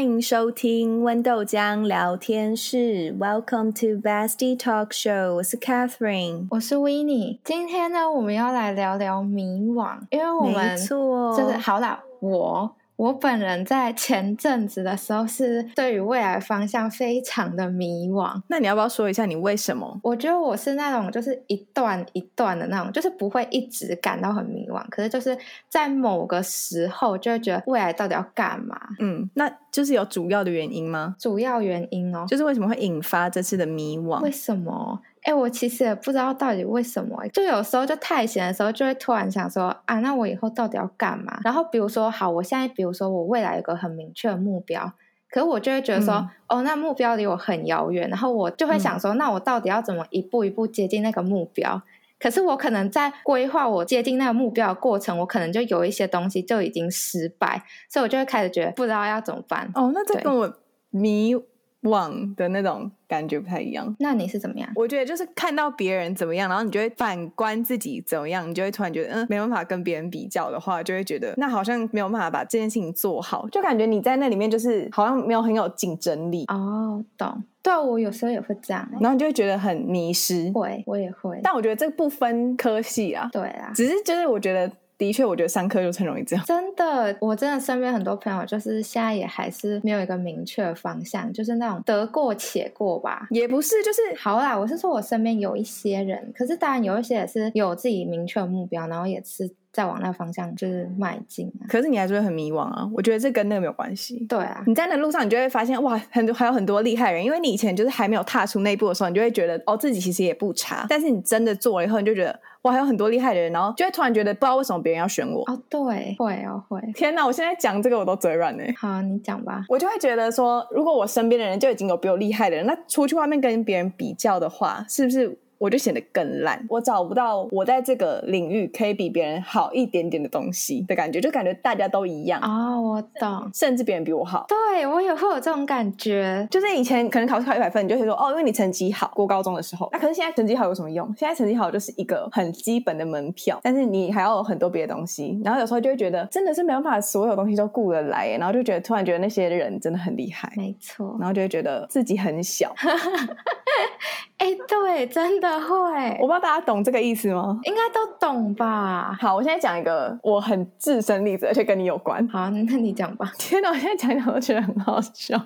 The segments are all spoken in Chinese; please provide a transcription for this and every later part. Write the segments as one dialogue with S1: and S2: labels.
S1: 迎收听温豆浆聊天室，Welcome to Bestie Talk Show。我是 Catherine，
S2: 我是 w i n n i e 今天呢，我们要来聊聊迷惘，因为我
S1: 没
S2: 们
S1: 错，
S2: 就是好啦，我我本人在前阵子的时候是对于未来方向非常的迷惘。
S1: 那你要不要说一下你为什么？
S2: 我觉得我是那种就是一段一段的那种，就是不会一直感到很迷惘，可是就是在某个时候就会觉得未来到底要干嘛。
S1: 嗯，那就是有主要的原因吗？
S2: 主要原因哦，
S1: 就是为什么会引发这次的迷惘
S2: 为？什么？哎、我其实也不知道到底为什么、就有时候就太闲的时候，就会突然想说啊，那我以后到底要干嘛？然后比如说，好，我现在比如说我未来有个很明确的目标，可我就会觉得说，
S1: 嗯
S2: 哦，那目标离我很遥远，然后我就会想说，那我到底要怎么一步一步接近那个目标？可是我可能在规划我接近那个目标的过程，我可能就有一些东西就已经失败，所以我就会开始觉得不知道要怎么办。
S1: 哦，那这
S2: 对
S1: 跟我迷惘的那种感觉不太一样。
S2: 那你是怎么样？
S1: 我觉得就是看到别人怎么样，然后你就会反观自己怎么样，你就会突然觉得，嗯，没办法跟别人比较的话，就会觉得那好像没有办法把这件事情做好，就感觉你在那里面就是好像没有很有竞争力，
S2: 哦，懂。对啊，我有时候也会这样、欸。
S1: 然后你就会觉得很迷失。
S2: 会，我也会。
S1: 但我觉得这不分科系啊，
S2: 对啦，
S1: 只是就是我觉得的确，我觉得上课就是很容易这样。
S2: 真的，我真的身边很多朋友，就是现在也还是没有一个明确的方向，就是那种得过且过吧。
S1: 也不是，就是
S2: 好啦，我是说我身边有一些人，可是当然有一些也是有自己明确的目标，然后也是在往那方向就是迈进啊。
S1: 可是你还是会很迷惘啊。我觉得这跟那个没有关系。
S2: 对啊，
S1: 你在那路上，你就会发现哇，很多还有很多厉害人，因为你以前就是还没有踏出那一步的时候，你就会觉得哦，自己其实也不差。但是你真的做了以后，你就觉得哇，还有很多厉害的人，然后就会突然觉得不知道为什么别人要选 我。
S2: 哦，对，会哦，会。
S1: 天哪，我现在讲这个我都嘴软呢、
S2: 好，你讲吧。
S1: 我就会觉得说，如果我身边的人就已经有比我厉害的人，那出去外面跟别人比较的话，是不是我就显得更烂？我找不到我在这个领域可以比别人好一点点的东西的感觉，就感觉大家都一样，
S2: 哦，我懂。
S1: 甚至别人比我好。
S2: 对我也会有这种感觉。
S1: 就是以前可能考试考一百分，你就会说哦，因为你成绩好。过高中的时候，那可是现在成绩好有什么用？现在成绩好就是一个很基本的门票，但是你还要有很多别的东西。然后有时候就会觉得真的是没办法，所有东西都顾得来耶，然后就觉得突然觉得那些人真的很厉害，
S2: 没错。
S1: 然后就会觉得自己很小。
S2: 哎，对，真的会
S1: 我。不知道大家懂这个意思吗？
S2: 应该都懂吧？
S1: 好，我现在讲一个我很自身例子，而且跟你有关。
S2: 好，那你讲吧。
S1: 天哪，我现在讲一讲都觉得很好笑。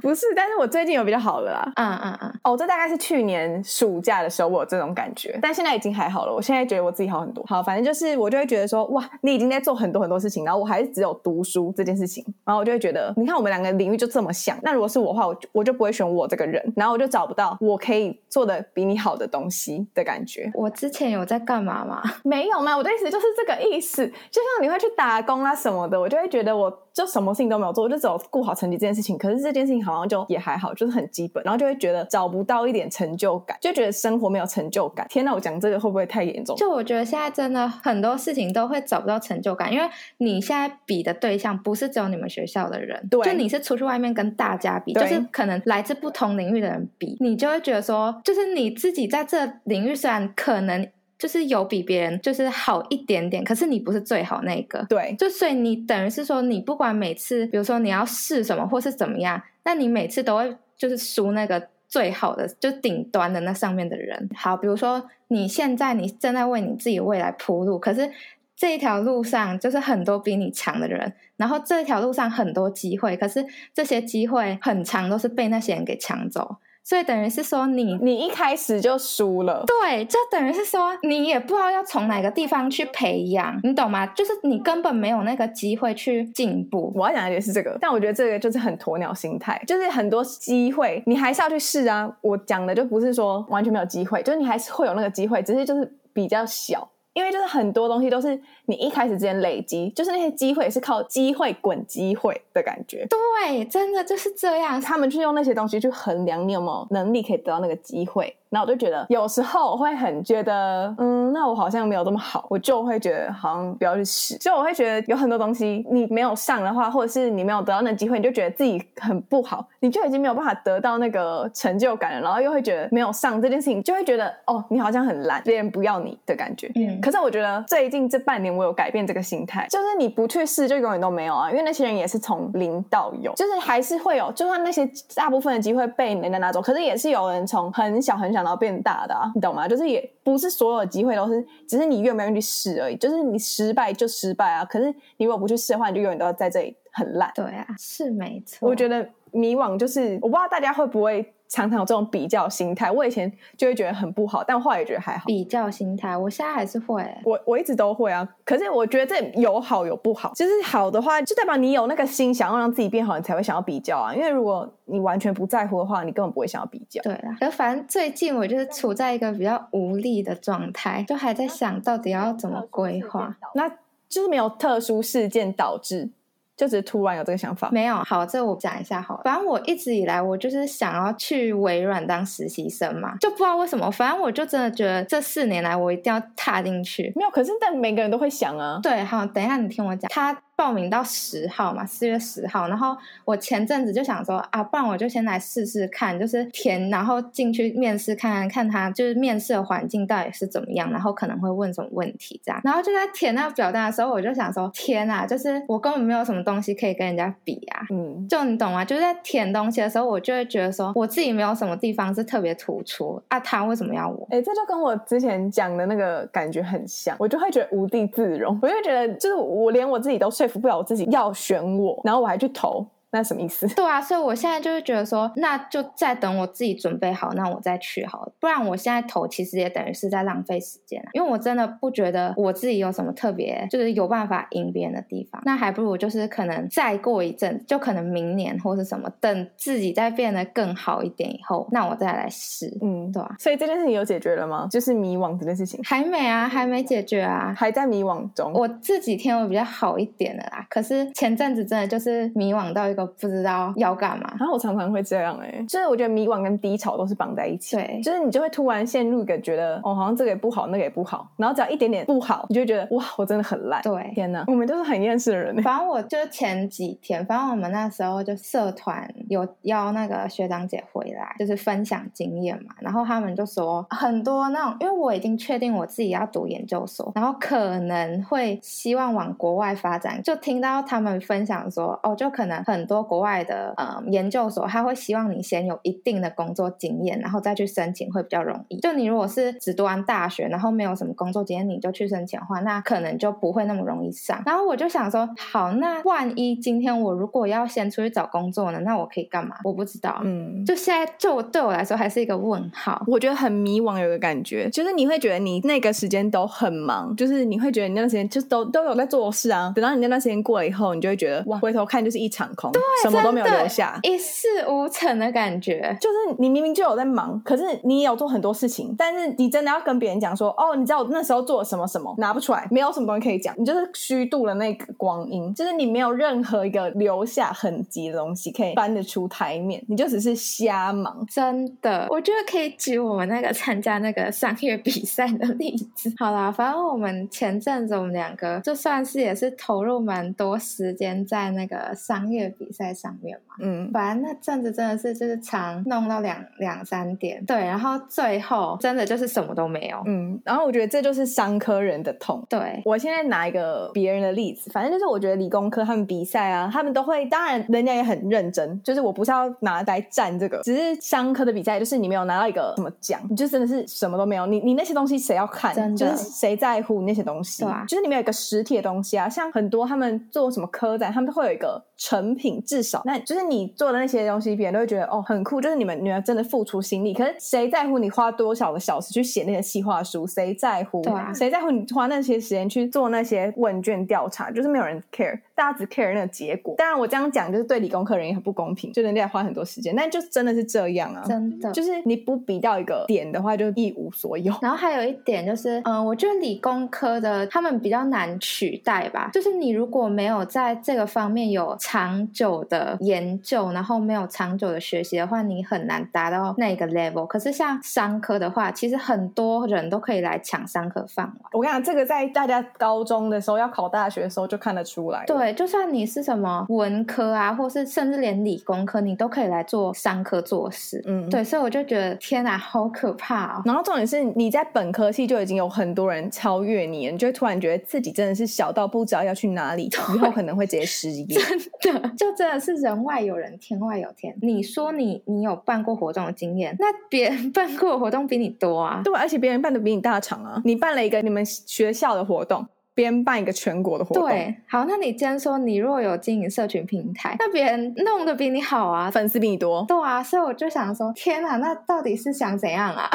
S1: 不是，但是我最近有比较好了啦。
S2: 嗯嗯嗯，
S1: 哦，这大概是去年暑假的时候，我有这种感觉，但现在已经还好了。我现在觉得我自己好很多。好，反正就是我就会觉得说，哇，你已经在做很多很多事情，然后我还是只有读书这件事情，然后我就会觉得，你看我们两个领域就这么像，那如果是我的话，我就我就不会选我这个人，然后我就找不到我可以做的比你好的东西的感觉。
S2: 我之前有在干嘛吗？
S1: 没有嘛，我的意思就是这个意思。就像你会去打工啊什么的，我就会觉得我就什么事情都没有做，我就只有顾好成绩这件事情。可是这件事情好像就也还好，就是很基本，然后就会觉得找不到一点成就感，就觉得生活没有成就感。天哪，我讲这个会不会太严重？
S2: 就我觉得现在真的很多事情都会找不到成就感，因为你现在比的对象不是只有你们学校的人，
S1: 对
S2: 就你是出去外面跟大家比，
S1: 对
S2: 就是可能来自不同领域的人比，你就会觉得说，就是你自己在这领域虽然可能就是有比别人就是好一点点，可是你不是最好那一个，
S1: 对
S2: 就所以你等于是说，你不管每次，比如说你要试什么或是怎么样，那你每次都会就是输那个最好的，就顶端的那上面的人。好，比如说你现在你正在为你自己未来铺路，可是这一条路上就是很多比你强的人，然后这条路上很多机会，可是这些机会很长都是被那些人给抢走，所以等于是说你
S1: 你一开始就输了，
S2: 对，就等于是说你也不知道要从哪个地方去培养，你懂吗？就是你根本没有那个机会去进步。
S1: 我要讲的也是这个，但我觉得这个就是很鸵鸟心态，就是很多机会你还是要去试啊。我讲的就不是说完全没有机会，就是你还是会有那个机会，只是就是比较小。因为就是很多东西都是你一开始之前累积，就是那些机会也是靠机会滚机会的感觉。
S2: 对，真的就是这样。
S1: 他们去用那些东西去衡量你有没有能力可以得到那个机会，然后我就觉得有时候我会很觉得，嗯，那我好像没有这么好，我就会觉得好像不要去试。就我会觉得有很多东西你没有上的话，或者是你没有得到那机会，你就觉得自己很不好，你就已经没有办法得到那个成就感了，然后又会觉得没有上这件事情，就会觉得哦，你好像很烂，别人不要你的感觉。
S2: 嗯
S1: 可是我觉得最近这半年我有改变这个心态，就是你不去试就永远都没有啊，因为那些人也是从零到有，就是还是会有，就算那些大部分的机会被人家拿走，可是也是有人从很小很小然后变大的啊，你懂吗？就是也不是所有的机会都是，只是你愿不愿意去试而已，就是你失败就失败啊，可是你如果不去试的话，你就永远都要在这里很烂。
S2: 对啊，是没错。
S1: 我觉得迷惘就是，我不知道大家会不会常常有这种比较心态，我以前就会觉得很不好，但后来也觉得还好。
S2: 比较心态，我现在还是会欸、
S1: 我我一直都会啊，可是我觉得这有好有不好，就是好的话，就代表你有那个心想要让自己变好，你才会想要比较啊。因为如果你完全不在乎的话，你根本不会想要比较。
S2: 对啦，可反正最近我就是处在一个比较无力的状态，就还在想到底要怎么规划。
S1: 那就是没有特殊事件导致，就只是突然有这个想法。
S2: 没有，好，这我讲一下好了。反正我一直以来，我就是想要去微软当实习生嘛，就不知道为什么。反正我就真的觉得这四年来，我一定要踏进去。
S1: 没有，可是但每个人都会想啊。
S2: 对，好，等一下你听我讲。他报名到十号嘛，四月十号。然后我前阵子就想说啊，不然我就先来试试看，就是填，然后进去面试看看，看他就是面试的环境到底是怎么样，然后可能会问什么问题这样。然后就在填那个表单的时候，我就想说，天啊，就是我根本没有什么东西可以跟人家比啊。
S1: 嗯，
S2: 就你懂吗？就是在填东西的时候，我就会觉得说，我自己没有什么地方是特别突出啊，他为什么要我？
S1: 哎、这就跟我之前讲的那个感觉很像，我就会觉得无地自容，我就会觉得就是我连我自己都说服不了我自己要选我，然后我还去投，那什么意思？
S2: 对啊，所以我现在就是觉得说，那就再等我自己准备好，那我再去好了。不然我现在投，其实也等于是在浪费时间啊，因为我真的不觉得我自己有什么特别，就是有办法赢别人的地方。那还不如就是可能再过一阵，就可能明年或是什么，等自己再变得更好一点以后，那我再来试。
S1: 嗯，
S2: 对啊，
S1: 所以这件事情有解决了吗？就是迷惘这件事情，
S2: 还没啊，还没解决啊，
S1: 还在迷惘中。
S2: 我这几天我比较好一点了啦，可是前阵子真的就是迷惘到一个不知道要干嘛。
S1: 然后我常常会这样哎、就是我觉得迷惘跟低潮都是绑在一起，
S2: 对
S1: 就是你就会突然陷入一个觉得哦，好像这个也不好，那个也不好，然后只要一点点不好，你就会觉得哇，我真的很烂。
S2: 对，
S1: 天哪，我们都是很厌世的人哎、
S2: 反正我就前几天，反正我们那时候就社团有邀那个学长姐回来，就是分享经验嘛。然后他们就说很多那种，因为我已经确定我自己要读研究所，然后可能会希望往国外发展。就听到他们分享说，哦，就可能很多国外的呃研究所，他会希望你先有一定的工作经验，然后再去申请会比较容易。就你如果是只读完大学，然后没有什么工作经验，你就去申请的话，那可能就不会那么容易上。然后我就想说，好，那万一今天我如果要先出去找工作呢，那我可以干嘛？我不知道。
S1: 嗯，
S2: 就现在，就对我来说还是一个问号。
S1: 我觉得很迷惘，有个感觉，就是你会觉得你那个时间都很忙，就是你会觉得你那段时间就都都有在做事啊。等到你那段时间过了以后，你就会觉得哇，回头看就是一场空，什么都没有
S2: 真的
S1: 留下。
S2: 一事无成的感觉。
S1: 就是你明明就有在忙，可是你也有做很多事情，但是你真的要跟别人讲说，哦，你知道我那时候做了什么什么，拿不出来，没有什么东西可以讲，你就是虚度了那个光阴， 就是你没有任何一个留下痕迹的东西可以搬得出台面，你就只是瞎忙。
S2: 真的，我觉得可以举我们那个参加那个商业比赛的例子。 好啦，反正我们前阵子我们两个就算是也是投入蛮多时间在那个商业比赛上面嘛。
S1: 嗯，
S2: 反正那阵子真的是就是常弄到两两三点，对，然后最后真的就是什么都没有。
S1: 嗯，然后我觉得这就是商科人的痛。
S2: 对，
S1: 我现在拿一个别人的例子，反正就是我觉得理工科他们比赛啊，他们都会，当然人家也很认真，就是我不是要拿来占这个，只是商科的比赛，就是你没有拿到一个什么奖，你就真的是什么都没有，你你那些东西谁要看？
S2: 真的
S1: 就是谁在乎你那些东西？
S2: 对啊
S1: 就是你没有一个实体的东西啊，像很多他们做什么科展，他们都会有一个成品，至少那就是你做的那些东西，别人都会觉得哦很酷，就是你们你们真的付出心力，可是谁在乎你花多少个小时去写那些企划书？谁在乎？
S2: 对啊
S1: 谁在乎你花那些时间去做那些问卷调查？就是没有人 care，大家只 care 那个结果。当然，我这样讲就是对理工科人也很不公平，就人家也花很多时间，但就真的是这样啊。
S2: 真的。
S1: 就是你不比到一个点的话，就一无所有。啊
S2: 然后还有一点就是，嗯，我觉得理工科的他们比较难取代吧。就是你如果没有在这个方面有长久久的研究，然后没有长久的学习的话，你很难达到那个 level。可是像商科的话，其实很多人都可以来抢商科饭碗。
S1: 我跟你讲，这个在大家高中的时候要考大学的时候就看得出来。，
S2: 对，就算你是什么文科啊，或是甚至连理工科，你都可以来做商科做事。
S1: 嗯，。
S2: 对，所以我就觉得天啊，好可怕哦！
S1: 然后重点是，你在本科系就已经有很多人超越你了，你就会突然觉得自己真的是小到不知道要去哪里，以后可能会直接失业。
S2: 对，就真的是人外有人，天外有天。你说你你有办过活动的经验，那别人办过的活动比你多啊。
S1: 对，而且别人办的比你大场啊！你办了一个你们学校的活动，别人办一个全国的活动，，
S2: 对，好，那你既然说你若有经营社群平台，那别人弄得比你好啊。
S1: 粉丝比你 多。
S2: 对啊，所以我就想说，天啊，那到底是想怎样啊？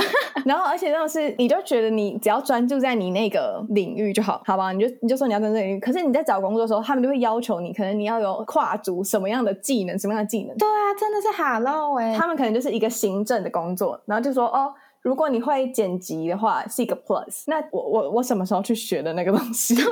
S1: 然后，而且那种是，你就觉得你只要专注在你那个领域就好，好吧？你就你就说你要专注领域，可是你在找工作的时候，他们就会要求你，可能你要有跨足什么样的技能，什么样的技能。
S2: 对啊，真的是 hello 哎、
S1: 他们可能就是一个行政的工作，然后就说哦。如果你会剪辑的话，是一个 plus。那我我我什么时候去学的那个东西？
S2: 就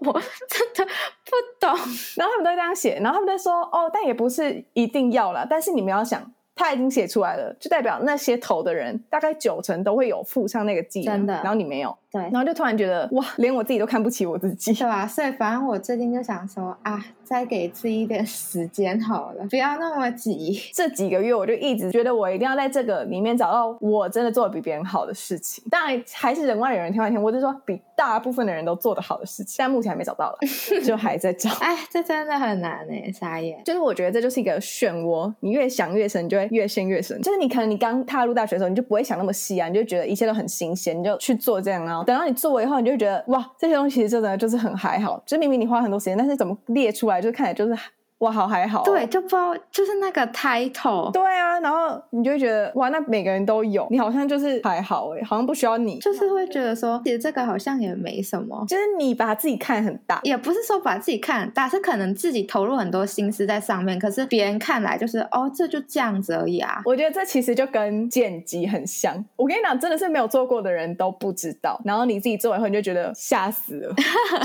S2: 我真的不懂。
S1: 然后他们都会这样写，然后他们都说哦，但也不是一定要啦，但是你们要想，他已经写出来了，就代表那些投的人大概九成都会有附上那个技能，
S2: 真的
S1: 然后你没有，
S2: 对
S1: 然后就突然觉得哇，连我自己都看不起我自己。
S2: 对吧？所以反正我最近就想说啊，再给自己一点时间好了，不要那么急。
S1: 这几个月我就一直觉得我一定要在这个里面找到我真的做的比别人好的事情，当然还是人外有人，天外有天，我是说比大部分的人都做得好的事情，但目前还没找到了，就还在找。
S2: 哎，这真的很难哎、傻眼。
S1: 就是我觉得这就是一个漩涡，你越想越深，你就会越陷越深。就是你可能你刚踏入大学的时候，你就不会想那么细啊，你就觉得一切都很新鲜，你就去做这样啊。等到你做了以后，你就会觉得哇，这些东西其实真的就是很还好。就是明明你花很多时间，但是怎么列出来，就是看起来就是哇，好还好哦、
S2: 对，就不知道就是那个 title，
S1: 对啊，然后你就会觉得哇，那每个人都有，你好像就是还好哎、好像不需要你，
S2: 就是会觉得说，其实这个好像也没什么。
S1: 就是你把自己看很大。
S2: 也不是说把自己看很大，是可能自己投入很多心思在上面，可是别人看来就是哦，这就这样子而已啊。
S1: 我觉得这其实就跟剪辑很像。我跟你讲，真的是没有做过的人都不知道，然后你自己做完以后你就觉得吓死 了，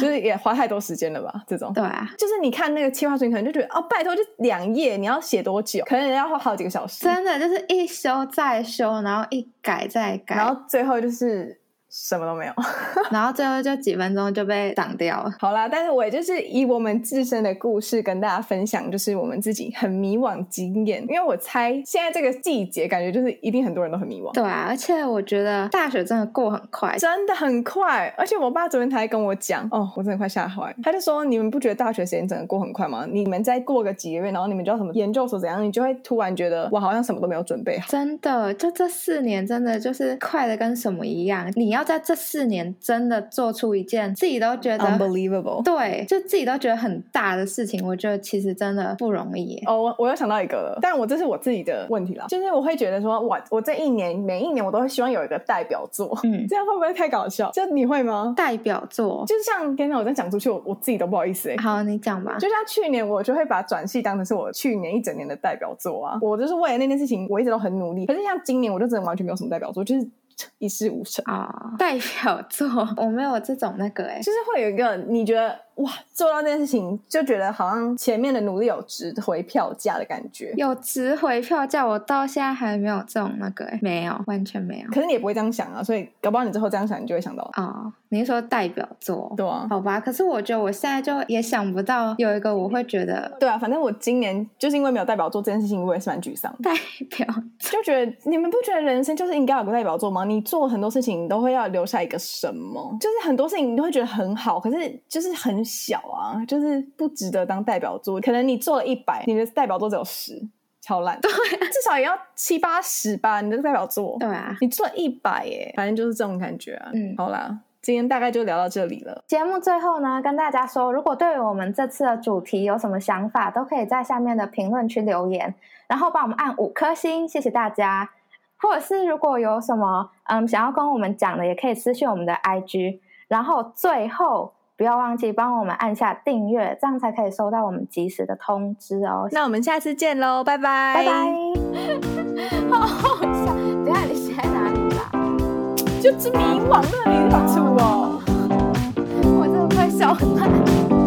S1: 就是也花太多时间了吧？这种。
S2: 对啊，
S1: 就是你看那个企划书，你可能就觉得哦，拜托，就两页，你要写多久？可能人家花好几个小时，
S2: 真的就是一修再修，然后一改再改，
S1: 然后最后就是什么都没有。
S2: 然后最后就几分钟就被挡掉了。
S1: 好啦，但是我也就是以我们自身的故事跟大家分享，就是我们自己很迷惘经验，因为我猜现在这个季节，感觉就是一定很多人都很迷惘。
S2: 对啊，而且我觉得大学真的过很快，
S1: 真的很快，而且我爸昨天才跟我讲，哦，我真的快吓坏了。他就说，你们不觉得大学时间真的过很快吗？你们再过个几个月，然后你们就要什么研究所怎样，你就会突然觉得我好像什么都没有准备好。
S2: 真的就这四年真的就是快的跟什么一样。你要在这四年真的做出一件自己都觉得
S1: Unbelievable！
S2: 对，就自己都觉得很大的事情，我觉得其实真的不容易耶。
S1: 哦，我我又想到一个了，但我这是我自己的问题啦，就是我会觉得说，我我这一年每一年我都会希望有一个代表作，
S2: 嗯，
S1: 这样会不会太搞笑？就你会吗？
S2: 代表作，
S1: 就是像天哪，我这样讲出去，我我自己都不好意思哎、
S2: 好，你讲吧。
S1: 就像去年，我就会把转系当成是我去年一整年的代表作啊。我就是为了那件事情，我一直都很努力。可是像今年，我就真的完全没有什么代表作，就是一事无成。
S2: 啊、代表作， 我没有这种那个哎、
S1: 就是会有一个你觉得哇，做到这件事情就觉得好像前面的努力有值回票价的感觉，
S2: 有值回票价，我到现在还没有这种那个哎、没有，完全没有。
S1: 可是你也不会这样想啊，所以搞不好你之后这样想，你就会想到，
S2: 哦，你是说代表作？
S1: 对啊，
S2: 好吧，可是我觉得我现在就也想不到有一个我会觉得
S1: 对啊，反正我今年就是因为没有代表作这件事情，我也是蛮沮丧的。
S2: 代表
S1: 就觉得你们不觉得人生就是应该有个代表作吗？你做很多事情，你都会要留下一个什么？就是很多事情你都会觉得很好，可是就是很小啊，就是不值得当代表作。可能你做了一百，你的代表作只有十，超烂。对、至少也要七八十吧，你的代表作。
S2: 对啊。
S1: 你做了一百耶，反正就是这种感觉啊。
S2: 嗯
S1: 好啦，今天大概就聊到这里了。
S2: 节目最后呢，跟大家说，如果对于我们这次的主题有什么想法，都可以在下面的评论区留言，然后帮我们按五颗星，谢谢大家。或者是如果有什么嗯想要跟我们讲的，也可以私信我们的 IG。然后最后不要忘记帮我们按下订阅，这样才可以收到我们及时的通知哦。
S1: 那我们下次见喽，拜拜，
S2: 拜拜。 好好笑，等一下你写在哪里啊啦？
S1: 就是迷惘，那迷惘出哦。
S2: 我真的快笑烂。